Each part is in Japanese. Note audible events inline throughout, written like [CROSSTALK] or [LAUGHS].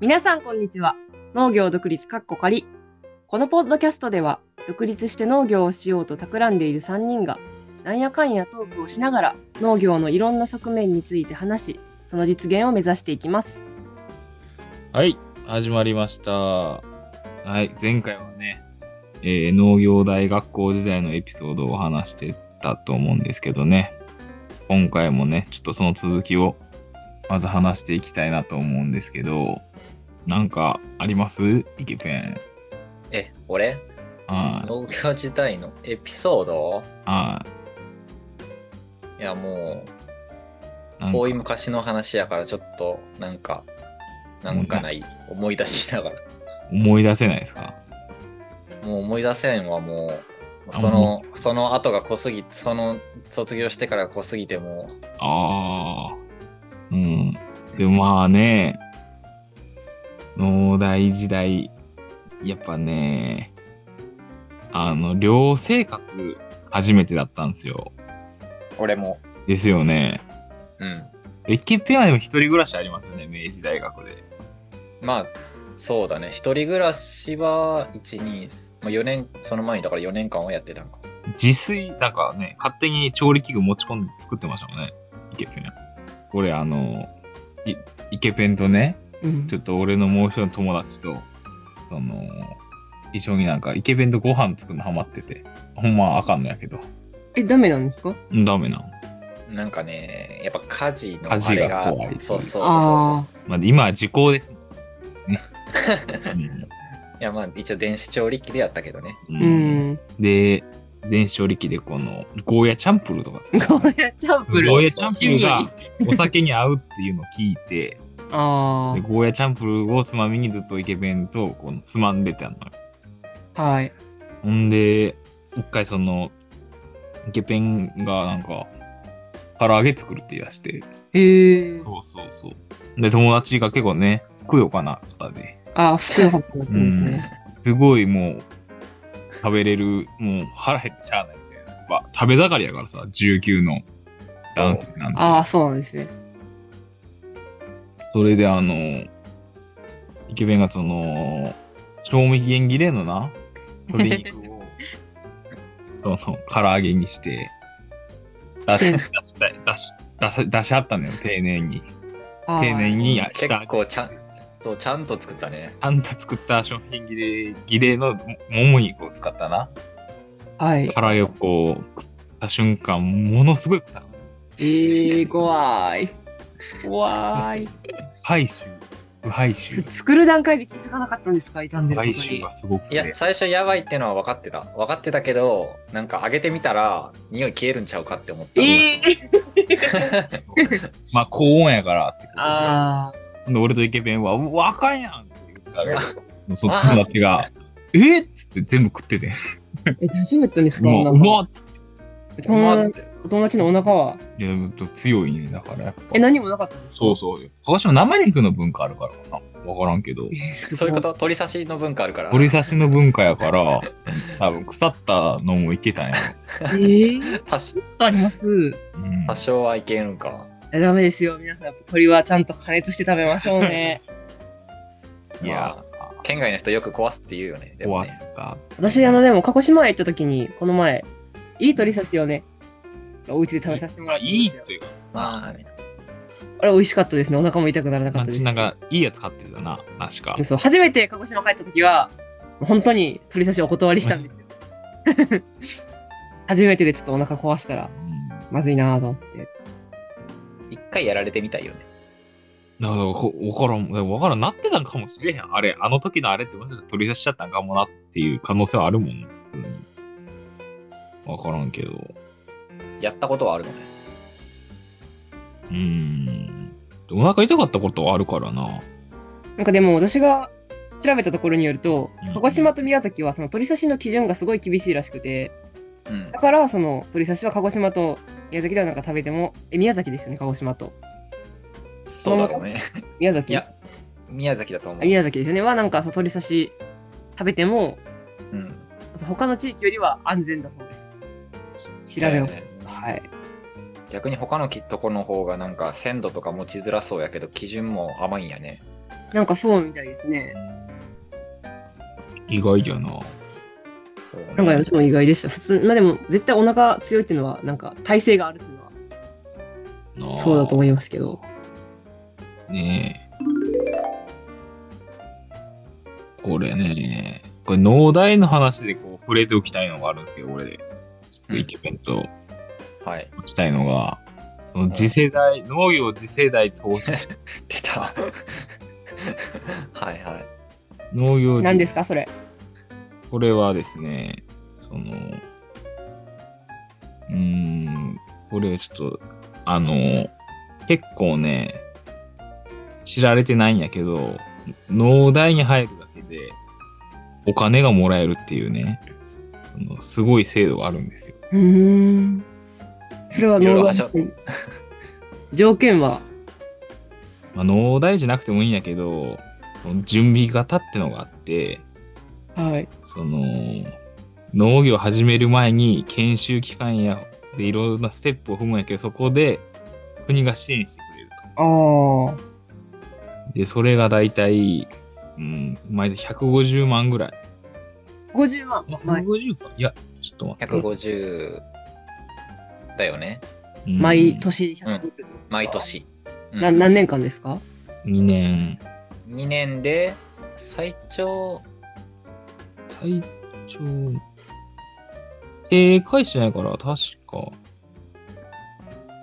皆さんこんにちは農業独立かっこ仮このポッドキャストでは独立して農業をしようと企んでいる3人がなんやかんやトークをしながら農業のいろんな側面について話しその実現を目指していきますはい、始まりました。はい、前回はね、えー農業大学校時代のエピソードを話してたと思うんですけどね、今回もね、ちょっとその続きをまず話していきたいなと思うんですけど、なんかありますイケペン。え、俺はい、農業時代のエピソードはいや、もい。なんかう、遠い昔の話やから、ちょっと、なんか、なんかない、思い出しながら。思い出せないですかもう思い出せんはもう、あそのも、その後が濃すぎ、その、卒業してから濃すぎてもああ。うん。でもまあね、農大時代、やっぱね、あの、寮生活初めてだったんですよ。う、俺も、ですよね。うん。え、ケペはでも一人暮らしありますよね、明治大学で。まあ、そうだね。一人暮らしは、1、2、まあ、4年、その前に、だから4年間はやってたんか。自炊、なんかね、勝手に調理器具持ち込んで作ってましたもんね、イケペン。これあの、いイケペンとね、うんちょっと俺のもう一人の友達と、その、一緒になんかイケベンとご飯作るのハマってて、ほんまはあかんのやけど、えダメなんですかうんダメなの。なんかね、やっぱ家事のあ家事れがが、怖いそうそうそう。あまあ、今は時効 [LAUGHS] ですもんね。いや、まあ、一応電子調理器でやったけどね。うあんーうんで、電子調理器でこの、ゴーヤチャンプルーとか作るゴーヤチャンプルゴーヤチャンプルー趣がお酒に合うっていうのを聞いて、味あでゴーヤチャンプルーをつまみにずっとイケベンとこのつまんでたのよ。あはいほんで、一回その、イケペンがなんか、唐揚げ作るって言い出して、へえそうそうそう。で、友達が結構ね、ふくよかな方で、あ服の箱だったんですね、すごいもう、食べれる、もう腹減っちゃあないみたいな。やっぱ食べ盛りやからさ、19の男性なんで。ああそうなんですねそれであの、イケメンがその、賞味期限切れの [LAUGHS] な、鶏肉を、その、唐揚げにして、出し、出したい、出し、出し、出し合ったのよ、丁寧に。あー丁寧にやした。結構ちゃん、そう、ちゃんと作ったね。あんた作った商品切れ、切れのもも肉を使ったな。はい唐揚げをこう、食った瞬間、ものすごい臭かっええー、怖い。怖い。た。敗臭、不敗 [LAUGHS] 臭。作る段階で気づかなかったんですか傷んで不ること敗臭にが。すごくいや、て。最初やばいってのは分かってた。分かってたけど、なんか揚げてみたら、匂い消えるんちゃうかって思った。えー、まあ、高温やからってことであで俺とイケメンは、うわあかんやんって言ってたら、その友 [LAUGHS] 達が、えっつって全部食ってて、ーえ大丈夫だったんですかもう、うまっつっおうま友っ達お友達のお腹はて。いや、ほんと強いね、だからやっぱ。え何もなかったんですかそうそう。鹿島生肉の文化あるからかな。わからんけど。えーすごそういうこと鳥刺しの文化あるから。鳥刺しの文化やから、 [LAUGHS] 多分腐ったのもいけたんやえー、多少あります。ろ。うん多少はいけるんか。えダメですよ皆さんやっぱ鳥はちゃんと加熱して食べましょうね。いや県外の人よく壊すって言うよね。でも壊ねした。私あのでも鹿児島へ行った時にこの前いい鳥刺しをねお家で食べさせてもらったんいでいすよ。というか、まあね、あれ美味しかったですねお腹も痛くならなかったです。なんか、いいやつ買ってたな、確か。そう、初めて鹿児島帰った時は、本当に鳥刺しお断りしたんですよ。初めてでちょっとお腹壊したら、うんまずいなぁと思って。一回やられてみたいよね。なんかこわからん、わからん、なってたんかもしれへん。あれ、あの時のあれってもしかしたら取り出しちゃったんかもなっていう可能性はあるもん、普通に。わからんけど。やったことはあるのね。うーん。お腹痛かったことはあるからな。なんかでも私が調べたところによるとうん、鹿児島と宮崎はその鳥刺しの基準がすごい厳しいらしくて、うんだ。からその鳥刺しは鹿児島と宮崎ではなんか食べても、え、宮崎ですよね、鹿児島と。そうだろうね。宮崎いや宮崎だと思あう。宮崎ですよね。はなんかそう鳥刺し食べても、うん。そう他の地域よりは安全だそうです。調べまえす。ーはい。逆に他のきとこの方がなんか鮮度とか持ちづらそうやけど、基準も甘いんやね。なんかそうみたいですね。意外だよな。そうねなんか私も意外でした。普通、まあでも絶対お腹強いっていうのは、なんか体勢があるっていうのはなあそうだと思いますけど。ねえ。これね、これ農大の話でこう触れておきたいのがあるんですけど、俺で。ちょっとイケメンとはい。打ちたいのが、その次世代、農業次世代投資、出た。はいはい。農業次何ですか、それ。これはですね、その、うーん、これをちょっと、あの、結構ね、知られてないんやけど、農大に入るだけで、お金がもらえるっていうね、そのすごい制度があるんですよ。うーん。それはいろいろ農はしょ大。 [LAUGHS] 条件は、まあ、農大じゃなくてもいいんやけど、その準備型ってのがあって、はい。その、農業を始める前に研修期間や、で、いろんなステップを踏むんやけど、そこで国が支援してくれるああ。と。で、それが大体、うん、毎年150万ぐらい。 50万。あ毎150か。いや、ちょっと待って。 150だよね。うん毎。年150とか毎。年。なうん何年間ですか2年。 2年で最長最長。ええ返してないから、確か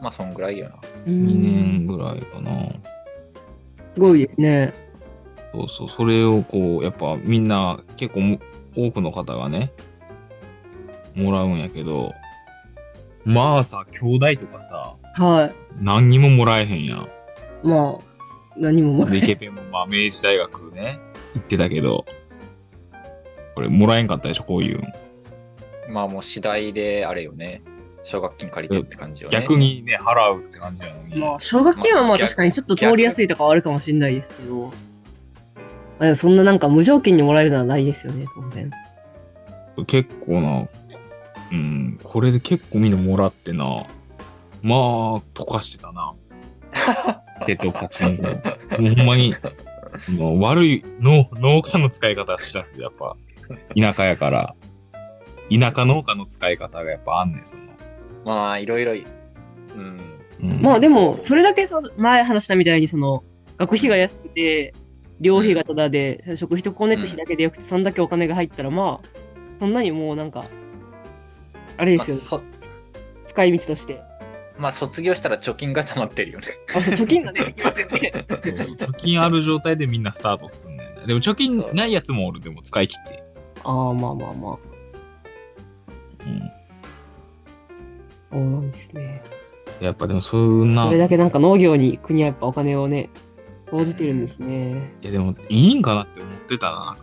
まあそんぐらいよなうー2ん年ぐらいかな。すごいですね。そうそう、それをこう、やっぱみんな結構も多くの方がね、もらうんやけど、まあさ、兄弟とかさ、は何にももらえへんやん。い。まあ、何ももらえで、イケペンもまあ明治大学ね、行ってたけど、これもらえんかったでしょ、こういうの。まあもう次第であれよね奨学金借りてって感じよね逆にね、払うって感じやのに。まあ、奨学金はまあ確かにちょっと通りやすいとかはあるかもしれないですけど、あでもそんななんか無条件にもらえるのはないですよね、当然。結構な、うん、これで結構みんなもらってな、まあ、溶かして [LAUGHS] たな。手とかちゃんと。もうほんまに、もう悪い農農家の使い方は知らず、やっぱ、田舎やから、田舎農家の使い方がやっぱあんねん、その。まあいろいろうんうんまあでも、それだけその前話したみたいに、その、学費が安くて、寮費がタダで、食費と光熱費だけでよくて、そんだけお金が入ったら、まあ、そんなにもうなんか、あれまであすよ、そ使い道として。まあ卒業したら貯金が溜まってるよねあ、そう、貯金 [LAUGHS] がね、できますよね。そう貯金ある状態でみんなスタートすんねんな。でも貯金ないやつもおる、でも使い切って。ああ、まあまあまあ。うんそうなんですね。やっぱでもそんな。それだけなんか農業に国はやっぱお金をね、投じてるんですね。いやでも、いいんかなって思ってたな。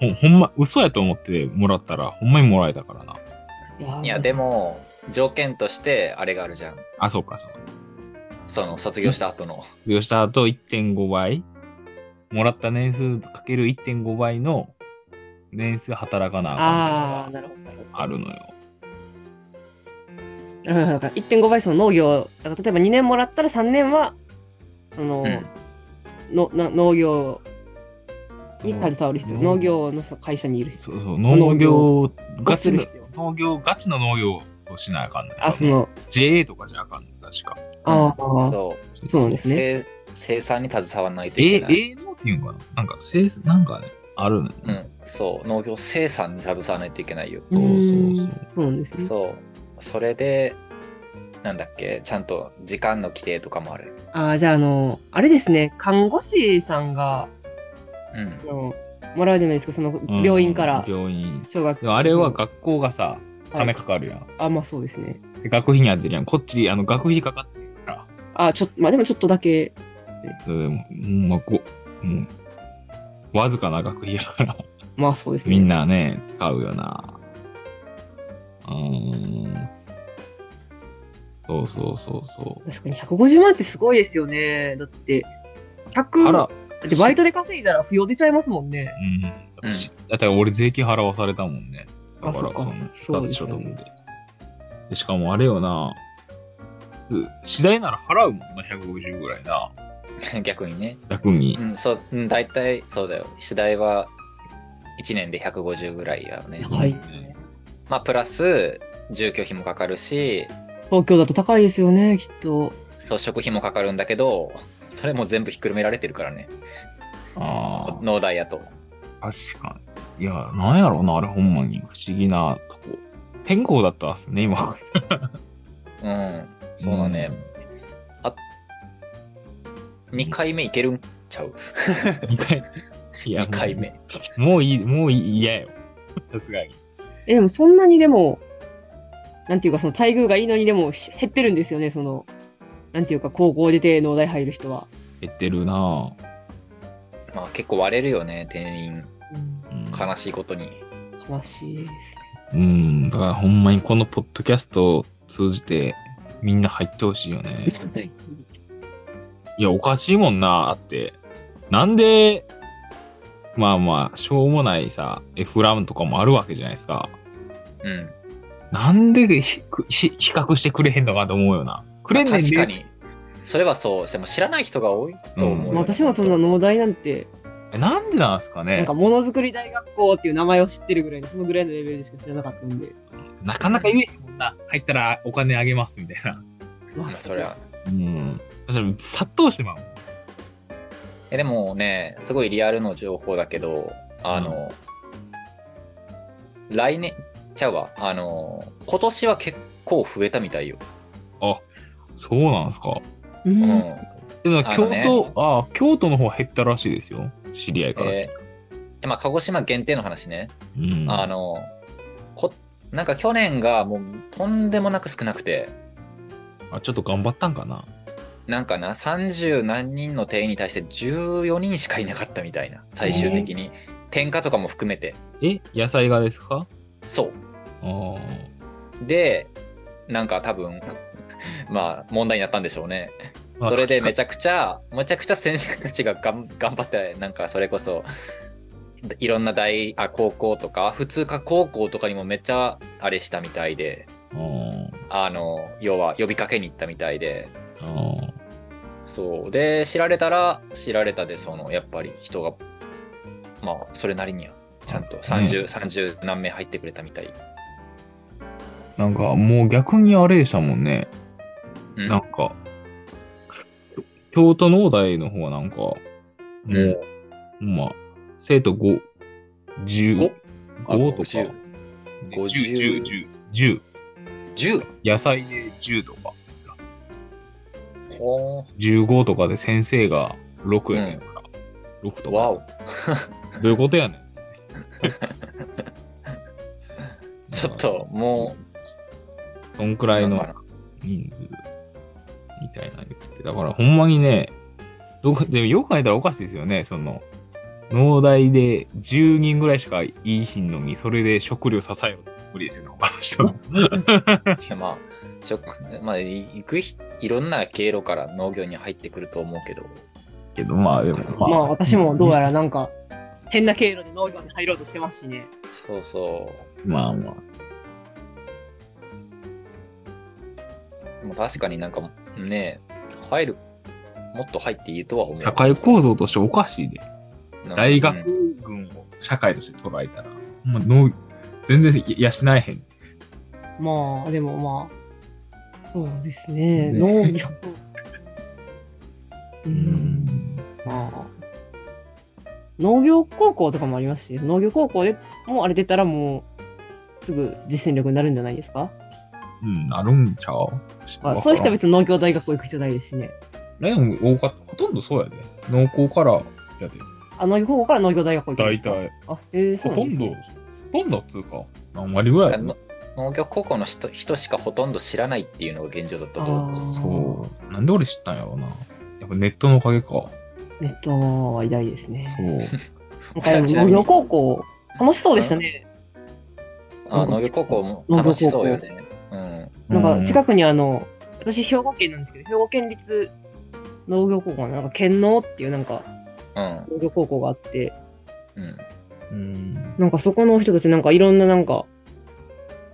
ほほんま、嘘やと思ってもらったら、ほんまにもらえたからな。いやでも条件としてあれがあるじゃんあ、そうか、そうか。その卒業した後の卒業した後、1.5倍。もらった年数かける1.5倍の年数働かなああかあ、んなるほど。なるほあるのよ。ど。なるほどだから1.5倍その農業、だから例えば2年もらったら3年は、その、のな農業に携わる必要、農業のその会社にいる必そうそう、農農業業ガをチするの必要、農業、ガチの農業をしなあかんね要。あ、そ。の、 JA とかじゃあかんね確か。ああ、そそうなんうですね。生生産に携わらないといけ A ない、、 A のっていうのかななんか、せいなんかね、あるのよ。うん、そう農業生産に携わらないといけないよそうそうーんそうそうなんですね。そうそれでなんだっけちゃんと時間の規定とかもあるああ、じゃあ、あの、あれですね、看護師さんが、うんあのもらうじゃないですか、そのうん病院から、病院。小学でもあれは学校がさ、金かかるやん。あ、まあそうですね。で学費に当てるやん。こっち、あの、学費かかってるから。あ、ちょっと、まあでもちょっとだけ、それでも、うんまあ、ご、もう、わずかな学費やから、まあそうですね。みん。なね、使うよな。うーん。そうそうそうそ確かに150万ってすごいですよね。だって、う。 100、あだら、ってバイトで稼いだら不要出ちゃいますもんね。うん。だってしだって俺税金払わされたもんね。だあから、そっかその、そう二ですつ所よ得ねで。でしかもあれよな、う次第なら払うもんな、150ぐらいな。 [LAUGHS] 逆にね。楽にう。ん、そう、うん、大体そうだよ。次第は1年で150ぐらいだよ [LAUGHS] ね。高高いいでですすねね。まあ、プラス、住居費もかかるし、東京だと高いですよね、きっと。そう、食費もかかるんだけど、それも全部ひっくるめられてるからね。ああ。農大やと。確かに。いや、なんやろうな、あれほんまに。不思議なとこ。天候だったっすね、今。うん。そうだね。2回目いけるんちゃううん。二回。いや、 ?2 回目。もう。もういい、もういい、嫌よ。さすがに。え、でもそんなにでも、なんていうか、その待遇がいいのにでもし減ってるんですよね、その、なんていうか、高校出て農大入る人は。減ってるなまあ、結構割れるよね、店員。うん悲しいことに。悲しいです。うん。だからほんまにこのポッドキャストを通じて、みんな入ってほしいよね。 [LAUGHS] いや、おかしいもんな、あって。なんで、まあまあ、しょうもないさ、F ラムとかもあるわけじゃないですか。うん。なんでひひ比較してくれへんのかと思うよな。くれんねんで確かに。それはそう。でも知らない人が多いと思うよ、うんまあ私もそんな農大なんて、なんでなんですかねなんなかものづくり大学校っていう名前を知ってるぐらいの、そのぐらいのレベルでしか知らなかったんで。かなか言えへんもんな。入ったらお金あげますみたいな。ままあ、それは。うん。それ殺到してまう。えでもね、すごいリアルの情報だけど、あの、来年、ちゃうわ、あの、今年は結構増えたみたいよ。そうなんですか。ううん。ん。でもあ京のね都、ああ、京都の方減ったらしいですよ。知り合いから。えーまあ、鹿児島限定の話ね。うん。あの、こ、なんか去年がもうとんでもなく少なくて、あちょっと頑張ったんかな。なんかな、30何人の定員に対して14人しかいなかったみたいな、最終的に。転嫁とかも含めて。え野菜がですかそう。ああ。で、なんか多分、 [LAUGHS] まあ問題になったんでしょうね。まあそれでめちゃくちゃ、めちゃくちゃ先生たちががん [LAUGHS] 頑張って、なんかそれこそ、いろんな大、あ、高校とか、普通科高校とかにもめっちゃあれしたみたいで、あーあの、要は呼びかけに行ったみたいで、あー。そう。で、知られたら、知られたで、その、やっぱり人が、まあ、それなりには、ちゃんと30、30何名入ってくれたみたい。なんかもう逆にあれでしたもんね。うんなんか、京都農大の方はなんか、もんう、まあ、生徒5、10、あ5とか、 50 10、10、10、 10? 野菜で10とか、ほ15とかで先生が6やねんから、6ーとわか、お。どういうことやねん。 [LAUGHS] ちょっと、もそんくらいうなんのか人数、みたいなの言っててだからほんまにね、どこでもよく考えたらおかしいですよね、その、農大で10人ぐらいしかいいひんのに、それで食料支えるの無理ですよね、他の人は。う、いやまあ、食、まあ、い行くひ、いろんな経路から農業に入ってくると思うけど、 [LAUGHS] けど、まあでも、まあ私もどうやらなんか、変な経路で農業に入ろうとしてますしね。そうそまあまあ。う。もう確かになんか、ね、入る、もっと入っていいとは思う。社会構造としておかしいで。なんか大うん学群を社会として捉えたら、まあ、農全然や養えへん。まあ、でもまあ、そうですね、ね農 [LAUGHS] 業。うん、まあ。農業高校とかもありますし、農業高校でもうあれ出たらもう、すぐ実践力になるんじゃないですか、うん、なるんちゃうまあ、そういう人はわ別に農業大学行く必要ないですしね。からんね多かったほとんどそうやで。農校からやで。あ、農業高校から農業大学行くんで大すか体。あ、えー、そほうなとんでんすねど、ほとんどっつうか、何割ぐらいやろの農業高校の人人しかほとんど知らないっていうのが現状だったと思う。あーそう。なんで俺知ったんやろうな。やっぱネットのおかげか。そネットは偉大ですね。う。なんかでも農業高校、楽しそうでしたね。あ農業高校も楽しそうよね。 [LAUGHS] なんかく近くにあの、私兵庫県なんですけど、兵庫県立農業高校のなんか県農っていうなんかうん。うん。農業高校があって、うん。うん。なんかそこの人たちなんかいろんななんか、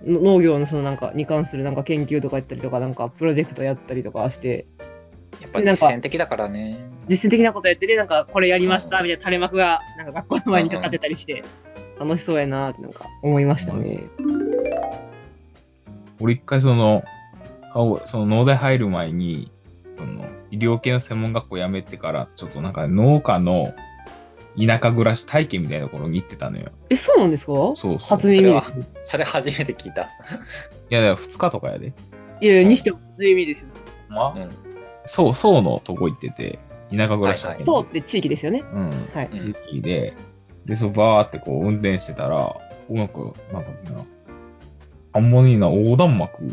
の農業のそのなんかに関するなんか研究とかやったりとかなんかプロジェクトやったりとかしてやっぱり実践的だからね。実践的なことやってて、なんか、これやりました、みたいな垂れ幕が、なんか学校の前にかかってたりして、楽しそうやなって、なんか、思いましたね。俺一回その、顔、その農大入る前に、その、医療系の専門学校辞めてから、ちょっとなんか農家の田舎暮らし体験みたいなところに行ってたのよ。え、そうなんですかそうそう。初耳です。それ初めて聞いた。いや、だから2日とかやで。いやいや、にしても初耳ですよ。まうん。そう、そうのとこ行ってて、田舎暮らし体験。そうって地域ですよね。うん。はい。地域で、で、そう、バーってこう運転してたら、音楽、なんかみんな、ハーモニーな横断幕、う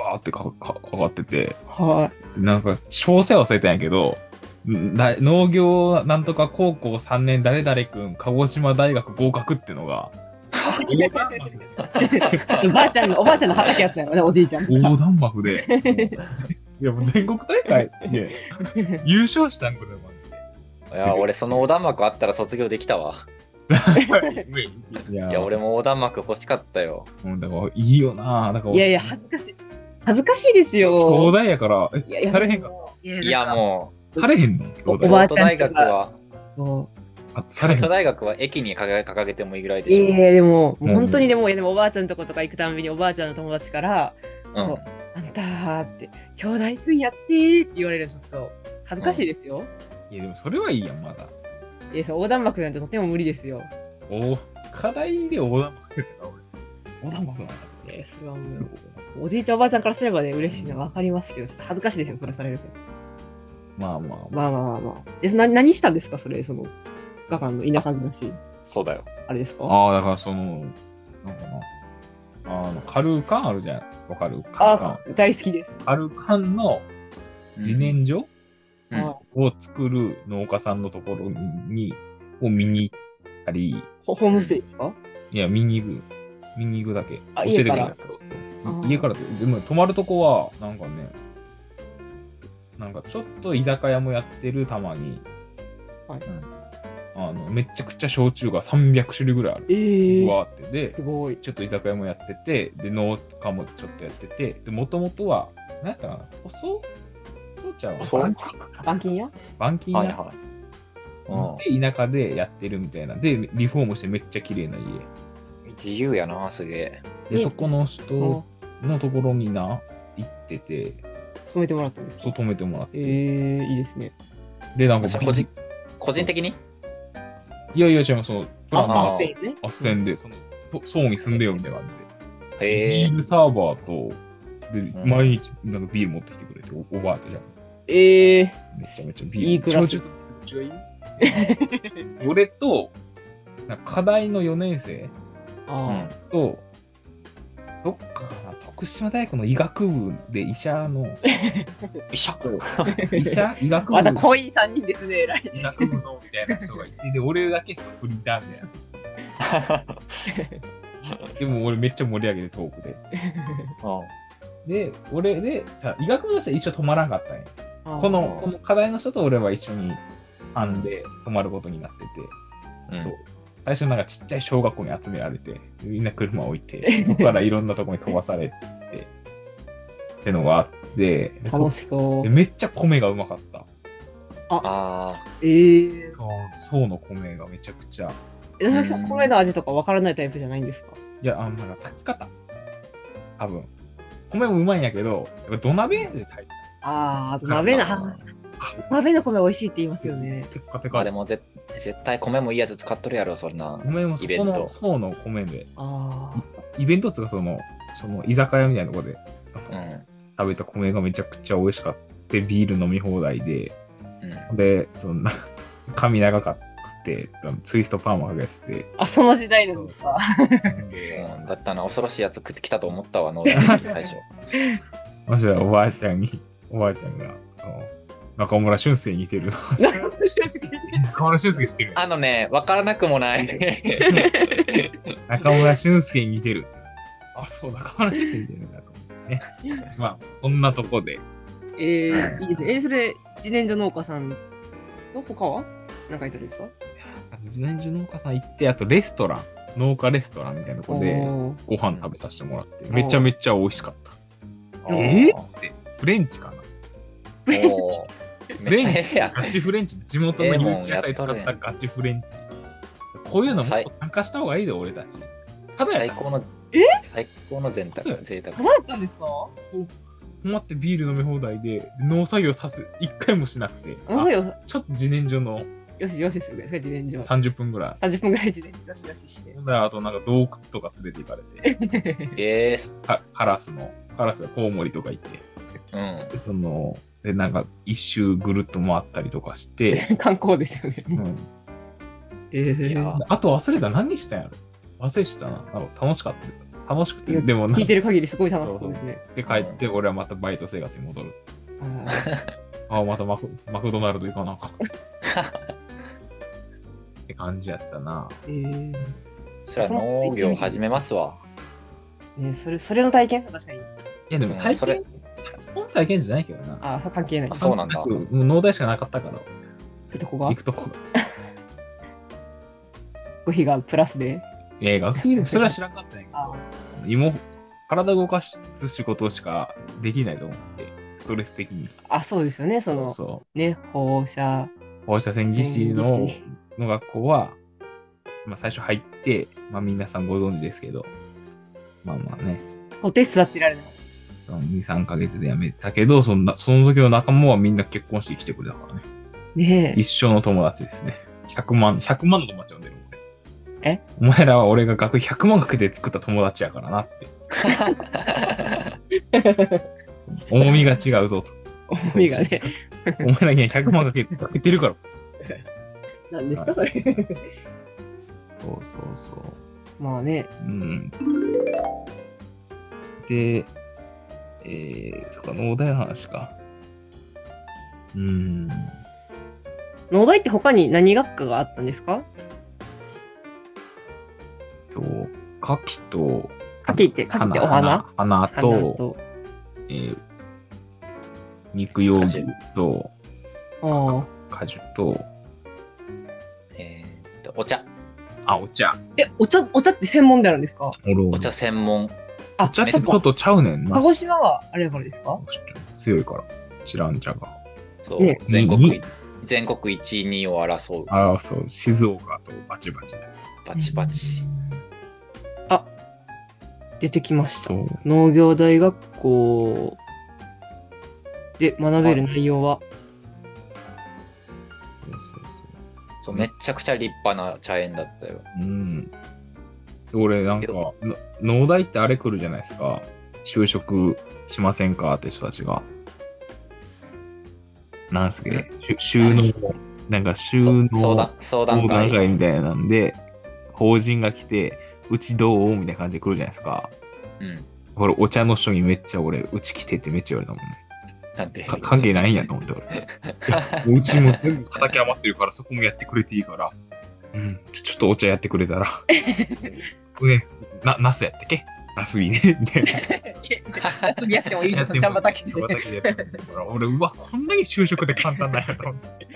わーってかかかかってて、はでなんか、詳細忘れたんやけど、んだ農業なんとか高校3年誰々くん、鹿児島大学合格って [LAUGHS] のが、い。おばあちゃんの、おばあちゃんの畑やったよね、おじいちゃんとか。横断幕で、いや、もう全国大会 [LAUGHS] で優勝したんこれまいや、俺その横断幕あったら卒業できたわ。で。いやいや、俺も横断幕欲しかったよ。うんだから、いいよなだから、いやいや、恥ずかしい。恥ずかしいです東よ。大やから、えいやいやされへんかいやいや、もされへんのお東大おばあちゃん京都大学は、そあされへ京ん都。大学は駅に掲げ掲げてもいいぐらいでういしょ。やいや、でも、もううん本当にでも、いやでもおばあちゃんのとことか行くたんびに、おばあちゃんの友達から、うん。あんたーって、兄弟くんやってーって言われるのちょっと、恥ずかしいですよ。いや、でもそれはいいやん、まだ。いや、そう、横断幕なんてとても無理ですよ。お課題で横断幕やってた、俺。横断幕なんだっいてや、。それはもう、おじいちゃんおばあちゃんからすればね、嬉しいのはわかりますけど、ちょっと恥ずかしいですよ、それされると。まあまあまあ。まあまあまあまあ。え、そな何したんですか、それ、その、2日間の田舎暮らし、そうだよ。あれですかああ、だからその、なんかな。あの、カルーカンあるじゃん。わかるカルーカンあ。大好きです。カルーカンの自然薯うんあを作る農家さんのところに、を見に行ったり、ホホームステイですかいや、見に行く。見に行くだけ。あホテ家ルからだけどあー家からってでも泊まるとこは、なんかね、なんかちょっと居酒屋もやってる、たまに。はいうんあの、めちゃくちゃ焼酎が300種類ぐらいある。ええうわーって。で、すごい。ちょっと居酒屋もやってて、で、農家もちょっとやってて、で、もともとは、なんやったかな、細そうちゃんはそう板金屋板金は屋いはい。うんで田舎でやってるみたいな。で、リフォームしてめっちゃ綺麗な自由やな、すげえ。家。で、ねそこの人をのところにな、行ってて、染めてもらったんですそうか止めてもらって。ええいいですね。で、なんかそれ個人個人的にいやいや、違う、その、プランあのースペインね。斡旋で、その、そ層に住んでよみたいな感じで。へえビー。ルサーバーと、で、うん毎日、なんかビール持ってきてくれて、おおばあちゃん。ええめちゃめちゃビール。いい暮らし焼酎といい俺と、なんか課題の4年生あと、どっかかな、徳島大学の医学部で医者の、医者医 [LAUGHS] 者医あ、 [LAUGHS] 学また部濃い3人ですね、偉 [LAUGHS] い。医学部のみたいな人がいて、で、俺だけちょっとフリーターみたいな。でも俺めっちゃ盛り上げて、トークで。で、俺で、さ医学部の人は一緒泊まらんかったんや。この、この課題の人と俺は一緒に班で泊まることになってて、うん最初なんかちっちゃい小学校に集められて、みんな車置いて、そこからいろんなとこに飛ばされて、ってのがあって、で楽しそでう。めっちゃ米がうまかった。あええそう、そうの米がめちゃくちゃ。え、佐々木さん、米の味とかわからないタイプじゃないんですかいや、あんまり炊き方。多分。米もうまいんやけど、やっぱ土鍋で炊いてあー、あとわから鍋んなな、鍋の米美味しいって言いますよね。テッカテあ。あカで。も絶絶対米もいいやつ使っとるやろ、そんな。米もそイベこンのトそうの米で。あイベントっつうかその、その居酒屋みたいなとこで、そのうん。食べた米がめちゃくちゃ美味しかった。ビール飲み放題で、うん。で、そんな、 [LAUGHS] 髪長かって、あのツイストパーマかけてあ。あ、その時代なんです [LAUGHS] か。て、 [LAUGHS] うんだったな、恐ろしいやつ食ってきたと思ったわ、農大の時最初。もしはおばあちゃんに、おばあちゃんが、あの中村俊介に似てるな。中村俊介知ってるやんあのね、わからなくもない。中村俊介に似てる。あ、そう、中村俊介に似てるんだと思ってね。 [LAUGHS] まあ、そんなとこで。えー、いいですね。え、それ、自然薯農家さんの他は何かいたんですか自然薯農家さん行って、あとレストラン、農家レストランみたいなとこでおーご飯食べさせてもらって、んめちゃめ [LAUGHS] ちゃ美味しかった。うん [LAUGHS] えーって、フレンチかなフレンチおーめっちゃええやん。ガチフレンチ、地元の有機野菜使ったガチフレンチ。こういうのもっと参加した方がいいで、俺たち。ただ最やったら高の、え最高の贅沢。贅飾沢。ったんですかこう困ってビール飲み放題で、農作業させ、一回もしなくて、面白いあよ。ちょっと自然薯のよしよしするぐらいですか、自然薯。 30分ぐらい。 30分ぐらい自然薯よしよしして。ほんならあとなんか洞窟とか連れて行かれて、イエース。かカラスの、カラスがコウモリとか行って、うん。でその、で、なんか一周ぐるっと回ったりとかして、 [LAUGHS] [LAUGHS] 観光ですよね。うん、えーいやああと忘れた何したんやろ忘れしたな。なんか楽しかった。楽しくいて、やでもなん聞いかてる限りすごい楽しそうですね。で帰って、俺はまたバイト生活に戻る。あああ、またマクマクドナルド行かなあかんって感じやったな。ーえそりゃ農業始めますわ。ーね、それそれの体験確かに。いや、でもうん体それ験、スポン体験じゃないけどな。あー関係ない。あちそうなんだくもう農大しかなかったから、ょっとここ行はくとこ。学費がプラスで。映画、それは知らんかったんやけあど、芋、体動かす仕事しかできないと思って、ストレス的に。あ、そうですよね。その、そね、放射う。放射線技師線の技師の学校は、まあ、最初入って、まあ、皆さんご存知ですけど、まあまあね、お手座ってられない。その2、3ヶ月で辞めたけど、そんな、その時の仲間はみんな結婚してきてくれたからね。ねえ一生の友達ですね。100万、100万の友達呼んでるもんね。えお前らは俺が学費100万かけて作った友達やからなって。 [LAUGHS] その重みが違うぞと。重みがね。お前らには100万かけてかけてるから。なんですか、それ。 [LAUGHS] そうそうそう。まあね、うん。で、えー、そっか、農大の話か。うん。農大って他に何学科があったんですかと、牡蠣と、牡蠣って、牡蠣ってお花花花と、花と。えー肉用具と、ああ。果樹と、えーっと、お茶。あ、お茶。え、お茶、お茶って専門であるんですかおろお茶専門。あ、お茶ってそっこか。とちゃうねんな。鹿児島は、あれからですか強いから。知らん茶が。そうね。全国う一、全国一位、2位を争う。ああ、そう。静岡とバチバチ。バチバチ。出てきましたそ。う。農業大学校で学べる内容は、そうそうそうそう、めっちゃくちゃ立派な茶園だったよ。うん。俺、なんか、の農大ってあれ来るじゃないですか。就職しませんかって人たちが。なんすっけ収納、なんか収そ納相談、相談相談会。会みたいなんで、法人が来て、うちどうみたいな感じで来るじゃないですか。うん。これ、お茶の人にめっちゃ俺、うち来てってめっちゃ言われたもんね。なんて。か関係ないん [LAUGHS] やと思って俺。もううちも全部畑余ってるから、そこもやってくれていいから。うん、ちょちょっとお茶やってくれた [LAUGHS] ら。ね、な、ナスやったっけナスビ [LAUGHS] ね。みたいな。遊びやってもいいですよ、茶畑で茶。畑でやってくれたから俺、うわ、こんなに就職で簡単なんやと思って。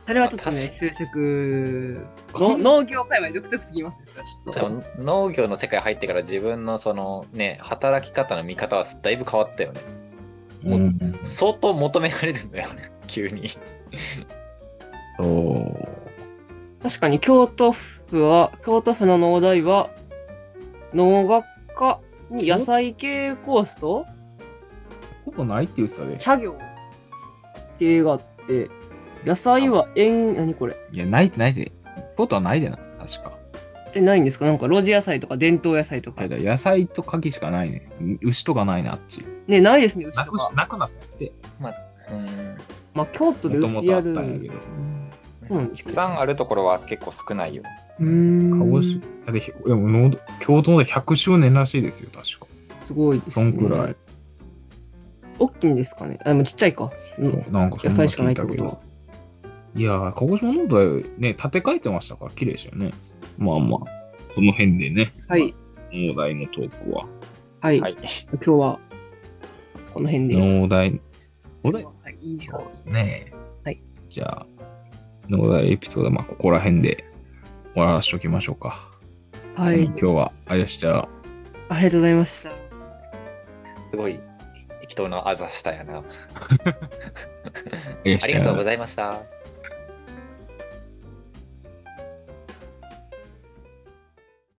それはちょっとね、就職の、農業界隈独特すぎますね、それはちでょっも農業の世界入ってから自分のそのね働き方の見方はだいぶ変わったよねうん、相当求められるんだよね [LAUGHS] 急にそう。と。確かに京都府は、京都府の農大は、農学科に野菜系コースとほぼないって言ってたで。茶業系があって、野菜は園、何これいや、ないってないって。ことはないでな、確か。え、ないんですかなんか路地野菜とか伝統野菜とあかれ。だ、野菜と柿しかないね。牛とかないな、あっち。ね、ないですね、牛とか。なくなって。うんまあ、京都でもとも牛とあやったる。んやけど。うん畜産あるところは結構少ないようーん鹿児島。だってひ、でも農道京都の100周年らしいですよ、確か。すごいです、ね。そんくらい。。大きいんですかね。あ、でもちっちゃいか。うん。なんかそ野んな菜しかな聞いっいてたこけとどは。。いやー、鹿児島の道大ね、建て替えてましたから、綺麗でしたよね。まあまあ、その辺でね、はい。農大のトークは。はい。はい今日は、この辺で。農大、農大はい、いい時間です。すね。はい。じゃあ、農大エピソードは、まあ、ここら辺で終わらしておきましょうか。はあのい今。日は、あれでした。ありがとうございました。すごい適当なあざしたやな。ありありがとうございました。